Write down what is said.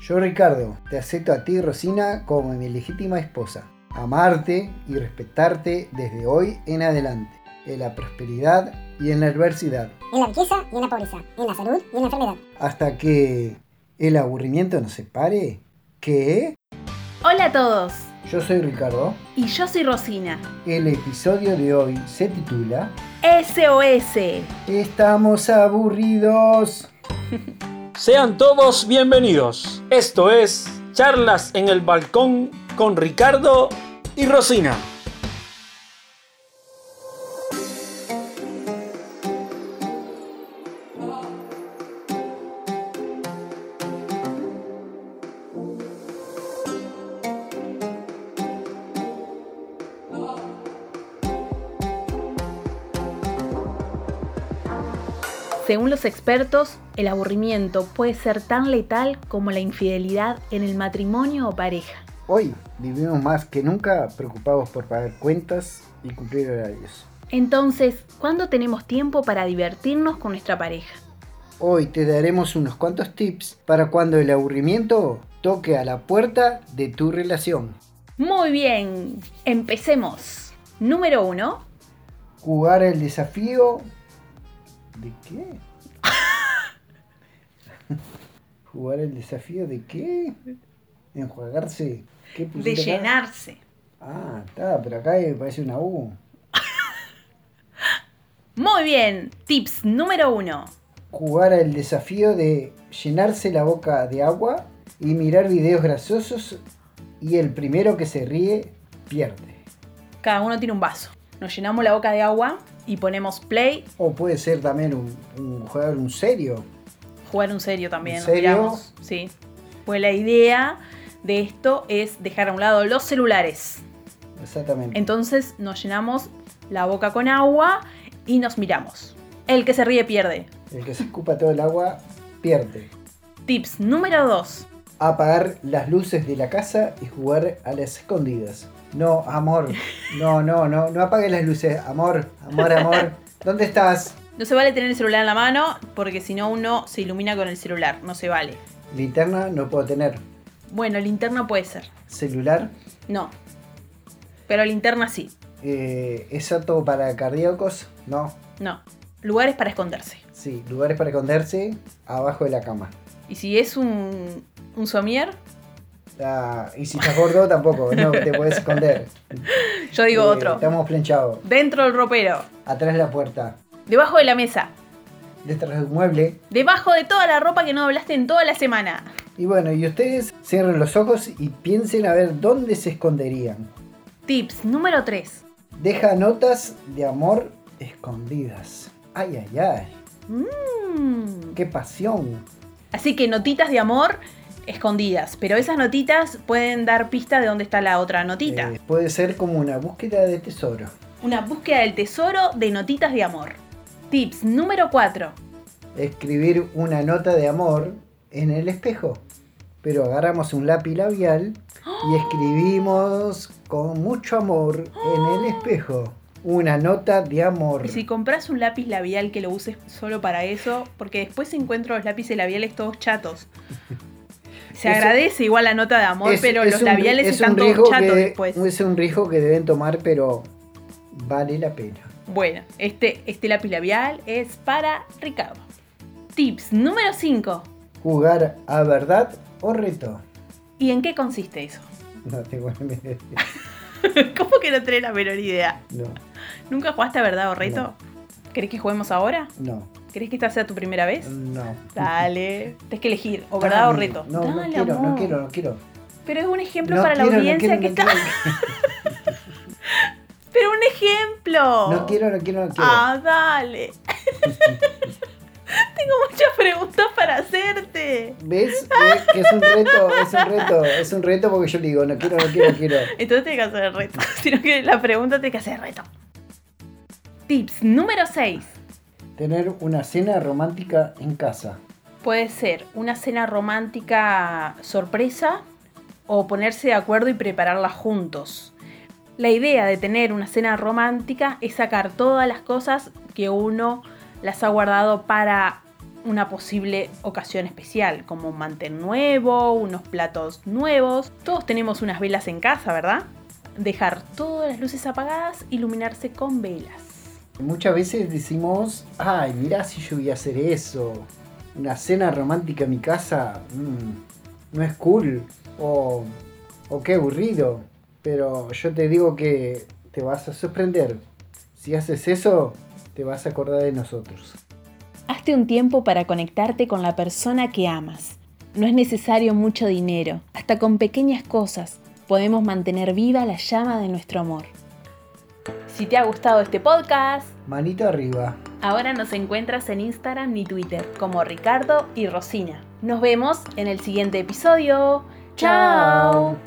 Yo, Ricardo, te acepto a ti, Rosina, como mi legítima esposa. Amarte y respetarte desde hoy en adelante, en la prosperidad y en la adversidad, en la riqueza y en la pobreza, en la salud y en la enfermedad. hasta que el aburrimiento nos separe. ¿Qué? Hola a todos, Yo soy Ricardo. y yo soy Rosina. El episodio de hoy se titula SOS. Estamos aburridos. Sean todos bienvenidos. Esto es Charlas en el Balcón con Ricardo y Rosina. Según los expertos, el aburrimiento puede ser tan letal como la infidelidad en el matrimonio o pareja. Hoy vivimos más que nunca preocupados por pagar cuentas y cumplir horarios. Entonces, ¿cuándo tenemos tiempo para divertirnos con nuestra pareja? Hoy te daremos unos cuantos tips para cuando el aburrimiento toque a la puerta de tu relación. Muy bien, empecemos. Número 1. Jugar el desafío... ¿De qué? ¿Jugar el desafío de qué? ¿Enjuagarse? ¿Qué De pusiste acá? llenarse. Ah, está, pero acá me parece una U. Muy bien, tips número 1. jugar al desafío de llenarse la boca de agua y mirar videos grasosos y el primero que se ríe pierde. Cada uno tiene un vaso. Nos llenamos la boca de agua y ponemos play. O puede ser también un, un jugador un serio. jugar un serio también, ¿En nos serio? tiramos, Sí. Pues la idea de esto es dejar a un lado los celulares. Exactamente. Entonces nos llenamos la boca con agua y nos miramos. El que se ríe pierde. el que se escupa todo el agua pierde. Tips número 2. Apagar las luces de la casa y jugar a las escondidas. No, amor. No, no, no. No apagues las luces. Amor, amor, amor. ¿Dónde estás? No se vale tener el celular en la mano porque si no uno se ilumina con el celular. No se vale. Linterna no puedo tener. Bueno, linterna puede ser. Celular No. Pero linterna sí. Eh, ¿Es apto para cardíacos? No. No. Lugares para esconderse. Sí, lugares para esconderse abajo de la cama. Y si es un, un somier, Ah, y si estás gordo tampoco, no te puedes esconder. yo digo Eh, otro. Estamos planchados. Dentro del ropero. Atrás de la puerta. Debajo de la mesa. Detrás de este un mueble. Debajo de toda la ropa que no doblaste en toda la semana. Y bueno, y ustedes cierren los ojos y piensen a ver dónde se esconderían. Tips número 3. Deja notas de amor escondidas. Ay, ay, ay. Qué pasión. Así que notitas de amor escondidas. Pero esas notitas pueden dar pista de dónde está la otra notita. Eh, puede ser como una búsqueda de tesoro. Una búsqueda del tesoro de notitas de amor. Tips número 4. escribir una nota de amor en el espejo. Pero agarramos un lápiz labial y escribimos con mucho amor en el espejo una nota de amor. Y si compras un lápiz labial que lo uses solo para eso, porque después encuentro los lápices labiales todos chatos. Se Es- agradece igual la nota de amor, Es- pero es los un- labiales es están un todos riesgo chatos que- después. Es un riesgo que deben tomar, pero vale la pena. Bueno, este, este lápiz labial es para Ricardo. Tips número 5. Jugar a verdad o reto. ¿Y en qué consiste eso? No tengo ni idea. ¿Cómo que no tenés la menor idea? No, ¿Nunca jugaste a verdad o reto? ¿Querés que juguemos ahora? no, ¿Querés que esta sea tu primera vez? no. Dale. Tienes que elegir, o verdad o Dame. reto. No, no Dale, quiero, no amor. quiero, no quiero. Pero es un ejemplo No para quiero, la no audiencia quiero, que no está. quiero. ¡Pero un ejemplo! No quiero, no quiero, no quiero. Ah, dale. Tengo muchas preguntas para hacerte. ¿Ves? Eh, que es un reto, es un reto, es un reto porque yo le digo, no quiero, no quiero, no quiero. Entonces tenés que hacer el reto. Sino que la pregunta tenés que hacer el reto. Tips número 6. Tener una cena romántica en casa. Puede ser una cena romántica sorpresa o ponerse de acuerdo y prepararla juntos. La idea de tener una cena romántica es sacar todas las cosas que uno las ha guardado para una posible ocasión especial, como un mantel nuevo, unos platos nuevos. Todos tenemos unas velas en casa, ¿verdad? Dejar todas las luces apagadas, iluminarse con velas. Muchas veces decimos, ay, mirá si yo voy a hacer eso. Una cena romántica en mi casa mm, no es cool. O, o qué aburrido. Pero yo te digo que te vas a sorprender. Si haces eso, te vas a acordar de nosotros. Hazte un tiempo para conectarte con la persona que amas. No es necesario mucho dinero, hasta con pequeñas cosas podemos mantener viva la llama de nuestro amor. Si te ha gustado este podcast, Manito arriba. ahora nos encuentras en Instagram y Twitter como Ricardo y Rosina. Nos vemos en el siguiente episodio. ¡Chao!